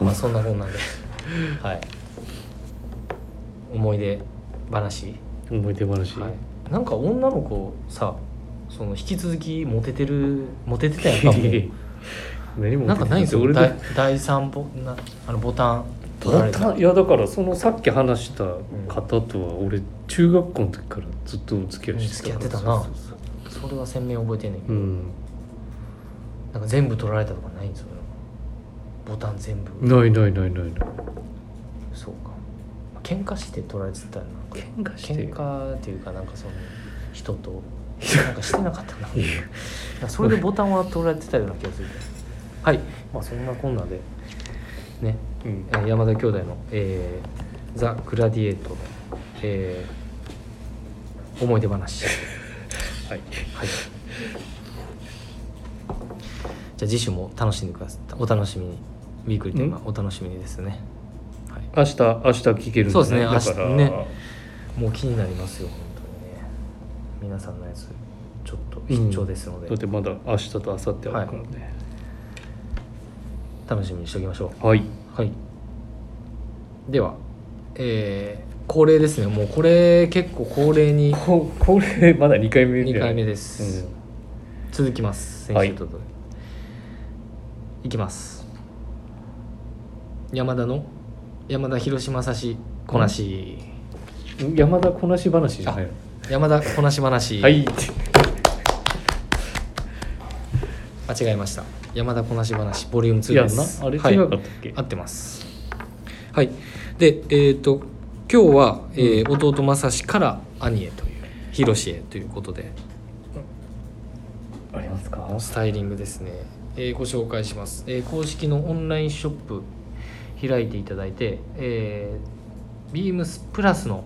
[SPEAKER 1] まあそんなもんなんではい思い出話、
[SPEAKER 2] 思い出話、
[SPEAKER 1] はい、なんか女の子さその引き続きモテてるモテてたやんかもう
[SPEAKER 2] 何も
[SPEAKER 1] なんかないんですよ
[SPEAKER 2] 俺
[SPEAKER 1] だ
[SPEAKER 2] だ
[SPEAKER 1] い第三ボなあのボタン取られた
[SPEAKER 2] いやだからそのさっき話した方とは俺中学校の時からずっとお付き合いして
[SPEAKER 1] うん付き合って
[SPEAKER 2] か
[SPEAKER 1] た
[SPEAKER 2] ら
[SPEAKER 1] な
[SPEAKER 2] そうそうそ
[SPEAKER 1] それは鮮明に覚えてんねんけ
[SPEAKER 2] うう
[SPEAKER 1] ど、
[SPEAKER 2] ん
[SPEAKER 1] なんか全部取られたとかないんですよボタン全部、
[SPEAKER 2] ないないないないない
[SPEAKER 1] そうか喧嘩して取られてたよな
[SPEAKER 2] 喧嘩して
[SPEAKER 1] 喧嘩っていうかなんかその人となんかしてなかったな
[SPEAKER 2] いや
[SPEAKER 1] なんかそれでボタンは取られてたような気がするけどはいまあそんなこんなでね
[SPEAKER 2] うん
[SPEAKER 1] えー山田兄弟の、えーザ・グラディエイト」えー思い出話
[SPEAKER 2] はい
[SPEAKER 1] はいじゃあ次週も楽しんでくださいお楽しみにウィークリーテーマお楽しみにですね、はい、
[SPEAKER 2] 明日明日聞けるん
[SPEAKER 1] そうですね
[SPEAKER 2] だから
[SPEAKER 1] 明日ねもう気になりますよ本当にね皆さんのやつちょっと必聴ですので、
[SPEAKER 2] だってまだ明日と明後日あるからね
[SPEAKER 1] 楽しみにしておきましょ
[SPEAKER 2] はい、
[SPEAKER 1] うはいではえー恒例ですねもうこれ結構恒例に
[SPEAKER 2] ここれまだ2回目
[SPEAKER 1] 2回目
[SPEAKER 2] で
[SPEAKER 1] です、続きます先週とと、い、きます山田の山田広島差しこなし、
[SPEAKER 2] うん山田こなし話じゃないの
[SPEAKER 1] 山田こなし話、
[SPEAKER 2] はい
[SPEAKER 1] 間違えました山田こなし話ボリューム
[SPEAKER 2] い
[SPEAKER 1] 2
[SPEAKER 2] や
[SPEAKER 1] で
[SPEAKER 2] な
[SPEAKER 1] す
[SPEAKER 2] あれ
[SPEAKER 1] はい
[SPEAKER 2] 違うかったっけ、
[SPEAKER 1] 合ってますはいでえっ、と今日は、えー弟正志から兄へという広志へということで
[SPEAKER 2] ありますか
[SPEAKER 1] スタイリングですね、えーご紹介します、えー公式のオンラインショップ開いていただいて、えー、ビームスプラスの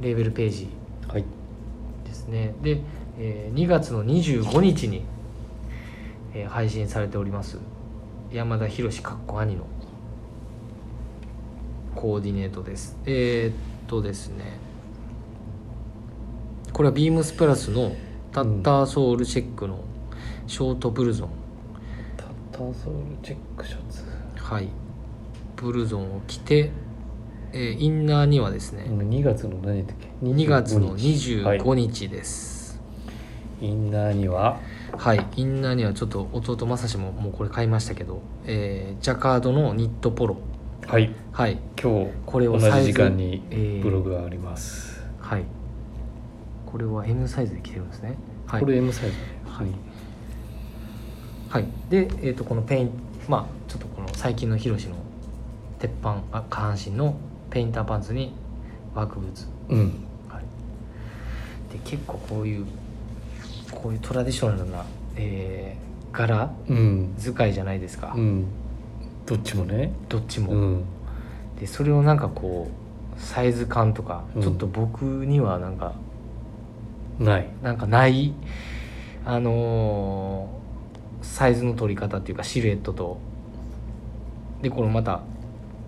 [SPEAKER 1] レーベルページ
[SPEAKER 2] はい
[SPEAKER 1] ですねで、えー2月の25日に、えー配信されております山田博かっこ兄のコーディネートですえーっとですねこれはビームスプラスのタッターソウルチェックのショートブルゾン、
[SPEAKER 2] タッターソウルチェックシャツ
[SPEAKER 1] はいブルゾンを着て、えーインナーにはですね、
[SPEAKER 2] 2月の何だっけ
[SPEAKER 1] 2月の
[SPEAKER 2] は
[SPEAKER 1] 25日です、
[SPEAKER 2] い、インナーには
[SPEAKER 1] はい、インナーにはちょっと弟正志ももうこれ買いましたけど、えージャカードのニットポロ
[SPEAKER 2] はい
[SPEAKER 1] はい
[SPEAKER 2] 今日
[SPEAKER 1] これを
[SPEAKER 2] 同
[SPEAKER 1] サイズ
[SPEAKER 2] じ時間に
[SPEAKER 1] えー
[SPEAKER 2] ブログがあります、
[SPEAKER 1] はいこれは M サイズで着てるんですねはい
[SPEAKER 2] これ M サイズ
[SPEAKER 1] はい、はい、で、えー、とこのペインまあちょっとこの最近のヒロシの鉄板あ下半身のペインターパンツにワークブーツ、
[SPEAKER 2] うん
[SPEAKER 1] はい、で結構こういうこういうトラディショナルな、えー柄
[SPEAKER 2] うん
[SPEAKER 1] 使いじゃないですか、
[SPEAKER 2] うんどっちもね
[SPEAKER 1] どっちも、
[SPEAKER 2] うん
[SPEAKER 1] でそれをなんかこうサイズ感とか、
[SPEAKER 2] うん
[SPEAKER 1] ちょっと僕にはなんか
[SPEAKER 2] ない
[SPEAKER 1] なんかないあのーサイズの取り方っていうかシルエットとでこのまた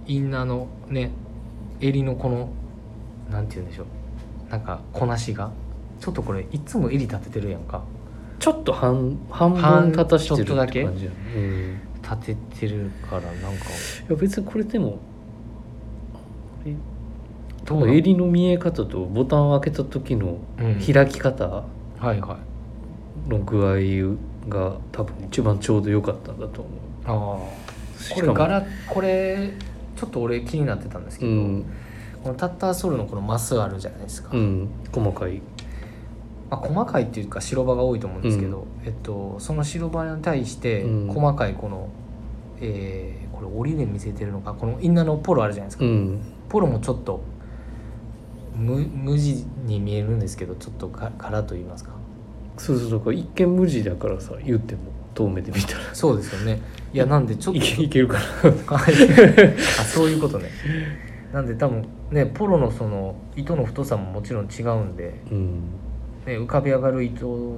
[SPEAKER 1] インナーのね襟のこのなんて言うんでしょうなんかこなしがちょっとこれいつも襟立ててるやんか
[SPEAKER 2] ちょっと半半
[SPEAKER 1] 半
[SPEAKER 2] 分立たしてるっ
[SPEAKER 1] ちょっとだけ
[SPEAKER 2] て感じやね、うん
[SPEAKER 1] 立ててるからなんか
[SPEAKER 2] いや別にこれでもこれ
[SPEAKER 1] どうなの
[SPEAKER 2] 襟の見え方とボタンを開けた時の
[SPEAKER 1] うん
[SPEAKER 2] 開き方
[SPEAKER 1] はいはい
[SPEAKER 2] の具合が多分一番ちょうど良かったんだと思
[SPEAKER 1] ああ
[SPEAKER 2] う
[SPEAKER 1] こ
[SPEAKER 2] しか
[SPEAKER 1] れ
[SPEAKER 2] も
[SPEAKER 1] 柄これちょっと俺気になってたんですけ
[SPEAKER 2] う
[SPEAKER 1] ど、
[SPEAKER 2] ん、
[SPEAKER 1] このタッターソルのこのマスあるじゃないですか、
[SPEAKER 2] うん、細かい
[SPEAKER 1] まあ、細かいっていうか白場が多いと思うんですけど、えっと、その白場に対して
[SPEAKER 2] うん
[SPEAKER 1] 細かいこの、えーこれ折りで見せてるのかこのインナーのポロあるじゃないですか、
[SPEAKER 2] うん
[SPEAKER 1] ポロもちょっと無無地に見えるんですけどちょっとが柄と言いますか
[SPEAKER 2] そうそうだから一見無地だからさ言っても遠目で見たら
[SPEAKER 1] そうですよねいやなんでちょっ
[SPEAKER 2] い
[SPEAKER 1] と
[SPEAKER 2] けいけるから
[SPEAKER 1] はい あそういうことねなんで多分ねポロのその糸の太さももちろん違うんで、
[SPEAKER 2] うん
[SPEAKER 1] ね、浮かび上がる糸の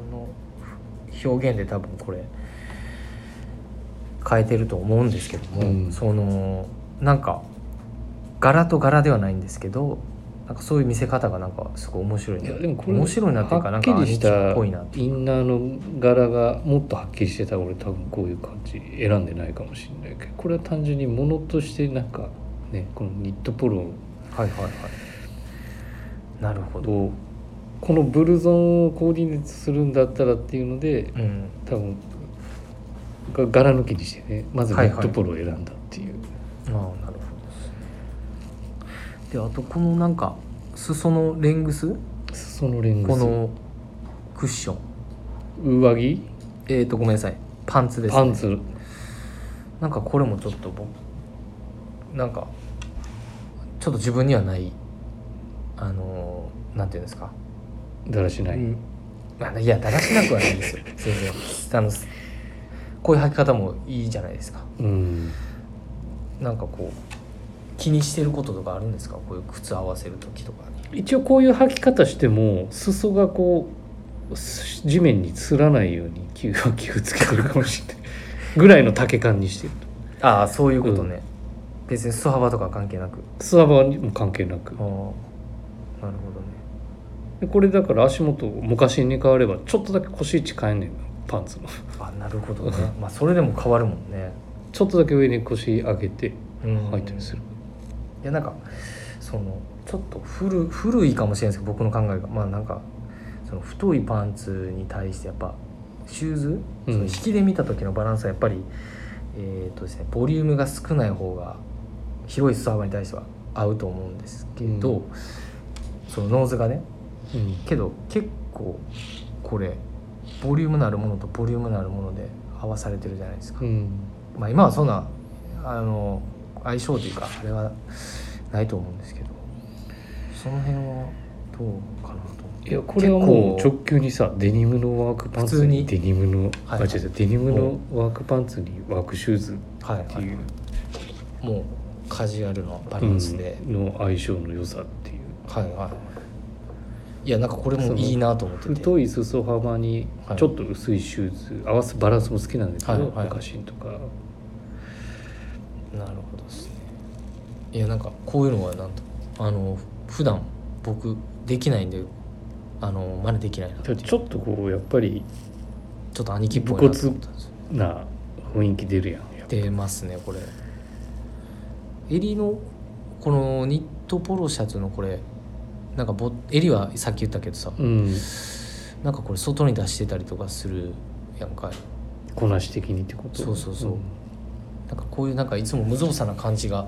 [SPEAKER 1] 表現で多分これ変えてると思うんですけども、
[SPEAKER 2] うん
[SPEAKER 1] そのなんか柄と柄ではないんですけどなんかそういう見せ方がなんかすごい面白い
[SPEAKER 2] い
[SPEAKER 1] な
[SPEAKER 2] やでもこれ
[SPEAKER 1] 面白いなっていうか
[SPEAKER 2] は
[SPEAKER 1] な
[SPEAKER 2] っ
[SPEAKER 1] ん
[SPEAKER 2] き
[SPEAKER 1] か
[SPEAKER 2] り
[SPEAKER 1] 兄
[SPEAKER 2] し
[SPEAKER 1] 貴ったぽいなって
[SPEAKER 2] インナーの柄がもっとはっきりしてたら俺多分こういう感じ選んでないかもしれないけどこれは単純にものとしてなんかねこのニットポロ
[SPEAKER 1] はいはいはいなるほど、
[SPEAKER 2] をこのブルゾンをコーディネートするんだったらっていうので
[SPEAKER 1] うん、
[SPEAKER 2] 多分が柄抜きにしてねまずニットポロを選んだっていう、
[SPEAKER 1] ああなるほどですねであとこのなんか裾のレングス
[SPEAKER 2] 裾のレング
[SPEAKER 1] こ
[SPEAKER 2] ス
[SPEAKER 1] のクッション
[SPEAKER 2] 上着
[SPEAKER 1] えっ、ー、とごめんなさいパンツです、ね、
[SPEAKER 2] パンツ
[SPEAKER 1] なんかこれもちょっと僕なんかちょっと自分にはないあのーなんていうんですか、
[SPEAKER 2] だらしない、
[SPEAKER 1] うんあのいやだらしなくはないですよ 全然あのこういう履き方もいいじゃないですか
[SPEAKER 2] うん
[SPEAKER 1] なんかこう気にしてることとかあるんですかこういう靴合わせる時とかに
[SPEAKER 2] 一応こういう履き方しても裾がこうす地面につらないように気を気をつけてるかもしれないぐらいの丈感にしてる
[SPEAKER 1] ああそういうことね、別に素幅とか関係なく
[SPEAKER 2] 素幅にも関係なく
[SPEAKER 1] ああなるほどね
[SPEAKER 2] でこれだから足元を昔に変わればちょっとだけ腰位置変えんねんなパンツの
[SPEAKER 1] あなるほど ねまあそれでも変わるもんね
[SPEAKER 2] ちょっとだけ上に腰上げて
[SPEAKER 1] うん
[SPEAKER 2] 履いたりする、
[SPEAKER 1] いやなんかそのちょっと古古いかもしれないですけど僕の考えがまあなんかその太いパンツに対してやっぱシューズ、
[SPEAKER 2] うん
[SPEAKER 1] その引きで見た時のバランスはやっぱりえっ、とですねボリュームが少ない方が広い裾幅に対しては合うと思うんですけど、
[SPEAKER 2] うん
[SPEAKER 1] そのノーズがね
[SPEAKER 2] うん
[SPEAKER 1] けど結構これボリュームのあるものとボリュームのあるもので合わされてるじゃないですか。
[SPEAKER 2] うん
[SPEAKER 1] まあ、今はそんなあの相性というかあれはないと思うんですけどその辺はどうかなと思って
[SPEAKER 2] いやこれはもう
[SPEAKER 1] 結
[SPEAKER 2] 直
[SPEAKER 1] 構
[SPEAKER 2] 球にさデニムのワークパン
[SPEAKER 1] 普
[SPEAKER 2] ツ
[SPEAKER 1] 通に
[SPEAKER 2] デニムの、
[SPEAKER 1] はい
[SPEAKER 2] あ違う違うデニムのワークパンツにワークシューズっ
[SPEAKER 1] はい、
[SPEAKER 2] ていう、
[SPEAKER 1] もうカジュアルのバ
[SPEAKER 2] う
[SPEAKER 1] ラ
[SPEAKER 2] ん
[SPEAKER 1] ンスで、
[SPEAKER 2] の相性の良さっていう
[SPEAKER 1] はいはいいやなんかこれもいいなと思ってて
[SPEAKER 2] 太い裾幅にちょっと薄いシューズ合わすバランスも好きなんですけど
[SPEAKER 1] はいはい
[SPEAKER 2] モカシンとか
[SPEAKER 1] なるほどですねいやなんかこういうのはなんとあの普段僕できないんであの真似できないな
[SPEAKER 2] ちょっとこうやっぱり
[SPEAKER 1] ちょっと兄貴っぽいなと思ったんですよ
[SPEAKER 2] な雰囲気出るやんやっぱ
[SPEAKER 1] 出ますねこれ襟のこのニットポロシャツのこれなんかぼ襟はさっき言ったけどさ
[SPEAKER 2] うん
[SPEAKER 1] なんかこれ外に出してたりとかするやんか
[SPEAKER 2] こなし的にってこと
[SPEAKER 1] そうそうそうんなんかこういうなんかいつも無造作な感じが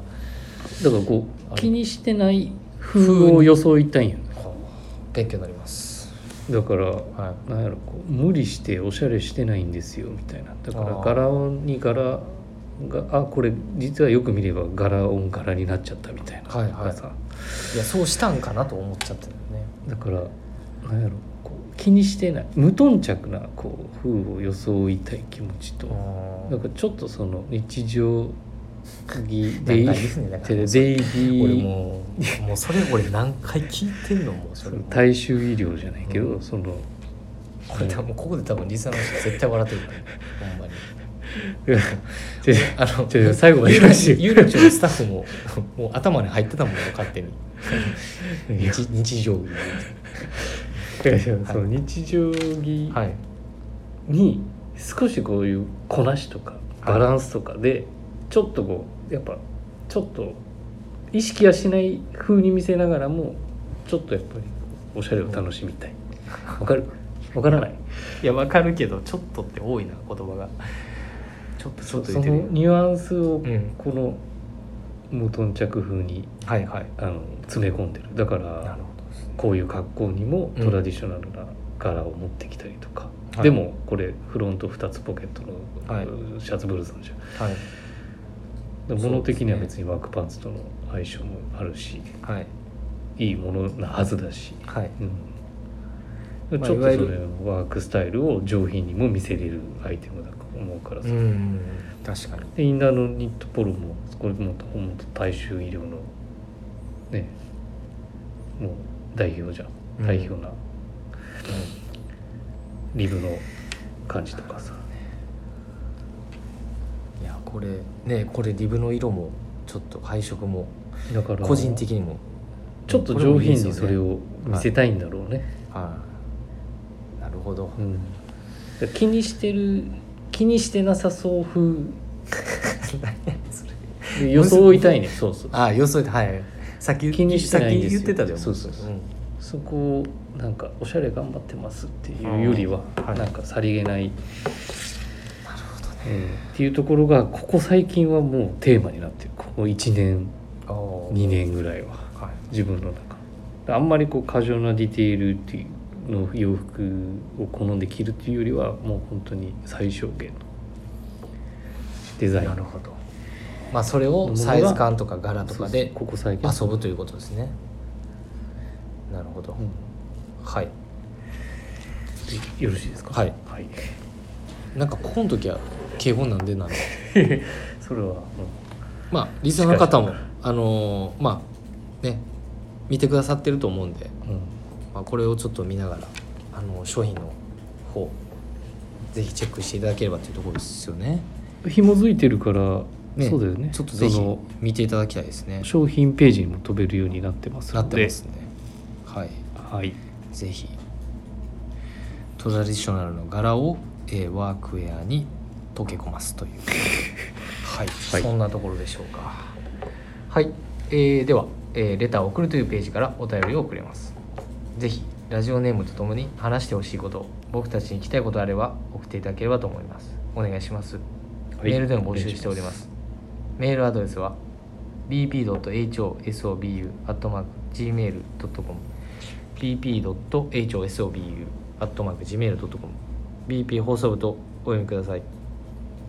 [SPEAKER 2] だからこ
[SPEAKER 1] あ
[SPEAKER 2] う
[SPEAKER 1] れ
[SPEAKER 2] 気にしてない風を装いたいんやね
[SPEAKER 1] 勉強になります
[SPEAKER 2] だから
[SPEAKER 1] は
[SPEAKER 2] なんやろこう無理しておしゃれしてないんですよみたいなだか
[SPEAKER 1] あー
[SPEAKER 2] ら柄に柄があこれ実はよく見れば柄オン柄になっちゃったみたいな
[SPEAKER 1] はいはい
[SPEAKER 2] とかさ
[SPEAKER 1] いいやそうしたんかなと思っちゃってるね
[SPEAKER 2] だからなんやろこう気にしてない無頓着なこう風を装いたい気持ちと
[SPEAKER 1] あ
[SPEAKER 2] なん
[SPEAKER 1] ー
[SPEAKER 2] かちょっとその日常着
[SPEAKER 1] な
[SPEAKER 2] で
[SPEAKER 1] ん
[SPEAKER 2] い
[SPEAKER 1] かいいですねだから
[SPEAKER 2] デイリー
[SPEAKER 1] 俺もうもうそれ俺何回聞いてんのもうそれ
[SPEAKER 2] 大衆医療じゃないけど、
[SPEAKER 1] うん
[SPEAKER 2] その
[SPEAKER 1] これ多分ここで多分リスナーの人絶対笑ってるからほんまに
[SPEAKER 2] 違う違う
[SPEAKER 1] あの
[SPEAKER 2] ちょ最後まで言わせて
[SPEAKER 1] 有楽町のスタッフももう頭に入ってたもんね勝手に日日常着
[SPEAKER 2] だからその日常着
[SPEAKER 1] はい
[SPEAKER 2] に少しこういうこなしとかバランスとかでちょっとこうやっぱちょっと意識はしない風に見せながらもちょっとやっぱりおしゃれを楽しみたいわかるわからない
[SPEAKER 1] いやわかるけどちょっとって多いな言葉がちょっとちょっと
[SPEAKER 2] そ
[SPEAKER 1] 言ってるよ
[SPEAKER 2] のニュアンスを
[SPEAKER 1] うん
[SPEAKER 2] この無頓着風に
[SPEAKER 1] はいはい
[SPEAKER 2] あの詰め込んでるだから
[SPEAKER 1] なるほどですね
[SPEAKER 2] こういう格好にも
[SPEAKER 1] うん
[SPEAKER 2] トラディショナルな柄を持ってきたりとか、
[SPEAKER 1] はい
[SPEAKER 2] でもこれフロント2つポケット
[SPEAKER 1] は
[SPEAKER 2] のシャツブルゾンじゃん、
[SPEAKER 1] はい
[SPEAKER 2] だから物的に
[SPEAKER 1] そ
[SPEAKER 2] は
[SPEAKER 1] うで
[SPEAKER 2] 別にワークパンツとの相性もあるし
[SPEAKER 1] はい
[SPEAKER 2] いいものなはずだし、
[SPEAKER 1] はい
[SPEAKER 2] うん、
[SPEAKER 1] まあ
[SPEAKER 2] ちょ
[SPEAKER 1] い
[SPEAKER 2] っとそ
[SPEAKER 1] わゆる
[SPEAKER 2] れをワークスタイルを上品にも見せれるアイテムだと思うからさ、
[SPEAKER 1] うん確かに
[SPEAKER 2] でインナーのニットポロもこれも本当大衆医療のねもう代表じゃ
[SPEAKER 1] うん
[SPEAKER 2] ん代表な、リブの感じとかさ
[SPEAKER 1] いやこれねこれリブの色もちょっと配色も
[SPEAKER 2] だから
[SPEAKER 1] 個人的にも
[SPEAKER 2] ちょっと上品にそ
[SPEAKER 1] こ
[SPEAKER 2] れ
[SPEAKER 1] もいい
[SPEAKER 2] を見せたいんだろうね、
[SPEAKER 1] ですよねはいなるほど
[SPEAKER 2] うん、だから気にしてる気にしてなさそう 風で装いたいねそうそう
[SPEAKER 1] ああよそではいさっき
[SPEAKER 2] 気にしてないんですよ
[SPEAKER 1] さっき言ってたじゃん
[SPEAKER 2] そうそうそうんそこをなんかおしゃれ頑張ってますっていうよりは、
[SPEAKER 1] うんはい
[SPEAKER 2] なんかさりげない、
[SPEAKER 1] なるほどね
[SPEAKER 2] えーっていうところがここ最近はもうテーマになってるこの1年
[SPEAKER 1] あー
[SPEAKER 2] 2年ぐらいは
[SPEAKER 1] はい
[SPEAKER 2] 自分の中あんまりこう過剰なディテールっていうの洋服を好んで着るっていうよりはもう本当に最小限のデザイン
[SPEAKER 1] なるほどまあそれをサイズ感とか柄とか
[SPEAKER 2] そう
[SPEAKER 1] で
[SPEAKER 2] そうここ最近
[SPEAKER 1] 遊ぶということですねなるほど、
[SPEAKER 2] うん
[SPEAKER 1] はい
[SPEAKER 2] でよろしいですか
[SPEAKER 1] はい、なんかここの時は敬語なんでなんで
[SPEAKER 2] それはも
[SPEAKER 1] まあリスナーの方もあのーまあね見てくださってると思うんで、
[SPEAKER 2] う、うん
[SPEAKER 1] まあ、これをちょっと見ながらあの商品の方ぜひチェックしていただければというところですよね
[SPEAKER 2] 紐づいてるから、
[SPEAKER 1] ね
[SPEAKER 2] そうだよね
[SPEAKER 1] ちょっとぜひ
[SPEAKER 2] その
[SPEAKER 1] 見ていただきたいですね
[SPEAKER 2] 商品ページにも飛べるようになってます
[SPEAKER 1] な
[SPEAKER 2] の
[SPEAKER 1] っ
[SPEAKER 2] で
[SPEAKER 1] てますねはい
[SPEAKER 2] はい
[SPEAKER 1] ぜひトラディショナルの柄を、えーワークウェアに溶け込ますと いうはい、
[SPEAKER 2] い
[SPEAKER 1] そんなところでしょうかはい、えーでは、えーレターを送るというページからお便りを送れますぜひラジオネームとともに話してほしいこと僕たちに聞きたいことあれば送っていただければと思いますお願いします
[SPEAKER 2] は
[SPEAKER 1] メ
[SPEAKER 2] い
[SPEAKER 1] ールでも募集しております。メールアドレスは bp.hosobu.gmail.com bp.hosobu.gmail.com bp 放送部とお読みください。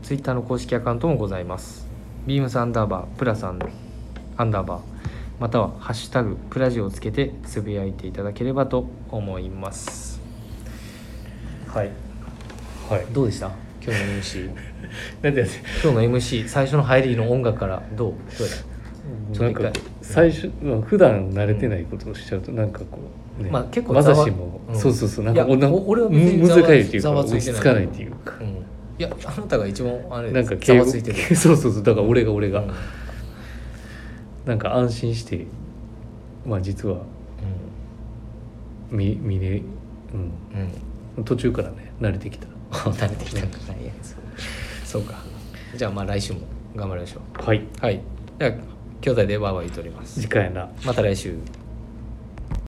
[SPEAKER 1] ツイッターの公式アカウントもございます。ビームサンダーバープラさんアンダーバーまたは「ハッシュタグプラジ」をつけてつぶやいていただければと思います。
[SPEAKER 2] はいはい
[SPEAKER 1] どうでした今日の MC
[SPEAKER 2] なんで
[SPEAKER 1] 今日の MC 最初の入りの音楽からどうどうやったちょ
[SPEAKER 2] な
[SPEAKER 1] っと一
[SPEAKER 2] ん
[SPEAKER 1] 回
[SPEAKER 2] か最初、まあ普段慣れてないことをしちゃうとなんかこう、ね
[SPEAKER 1] まあ結構
[SPEAKER 2] ま
[SPEAKER 1] ざわ
[SPEAKER 2] さしも、
[SPEAKER 1] うん
[SPEAKER 2] そうそうそうなん
[SPEAKER 1] いや
[SPEAKER 2] かおな
[SPEAKER 1] お俺は別に
[SPEAKER 2] む
[SPEAKER 1] ざ
[SPEAKER 2] 難
[SPEAKER 1] わ
[SPEAKER 2] しいっていうか
[SPEAKER 1] ざわついてな
[SPEAKER 2] 落
[SPEAKER 1] い
[SPEAKER 2] ち着かないっていうか
[SPEAKER 1] う、ん、いやあなたが一番あれ
[SPEAKER 2] なんか
[SPEAKER 1] ざ
[SPEAKER 2] 敬
[SPEAKER 1] わ
[SPEAKER 2] 語
[SPEAKER 1] ついてる
[SPEAKER 2] そうそうそうだから俺が俺が、
[SPEAKER 1] うんうん
[SPEAKER 2] なんか安心してまあ実は見見れ、う
[SPEAKER 1] うん
[SPEAKER 2] ん、途中からね慣れてきた
[SPEAKER 1] 慣れてきたん かないやそうそうかじゃあまあ来週も頑張りましょ
[SPEAKER 2] はいう
[SPEAKER 1] はいでは兄弟でワーワー言っております
[SPEAKER 2] 次回な
[SPEAKER 1] また来週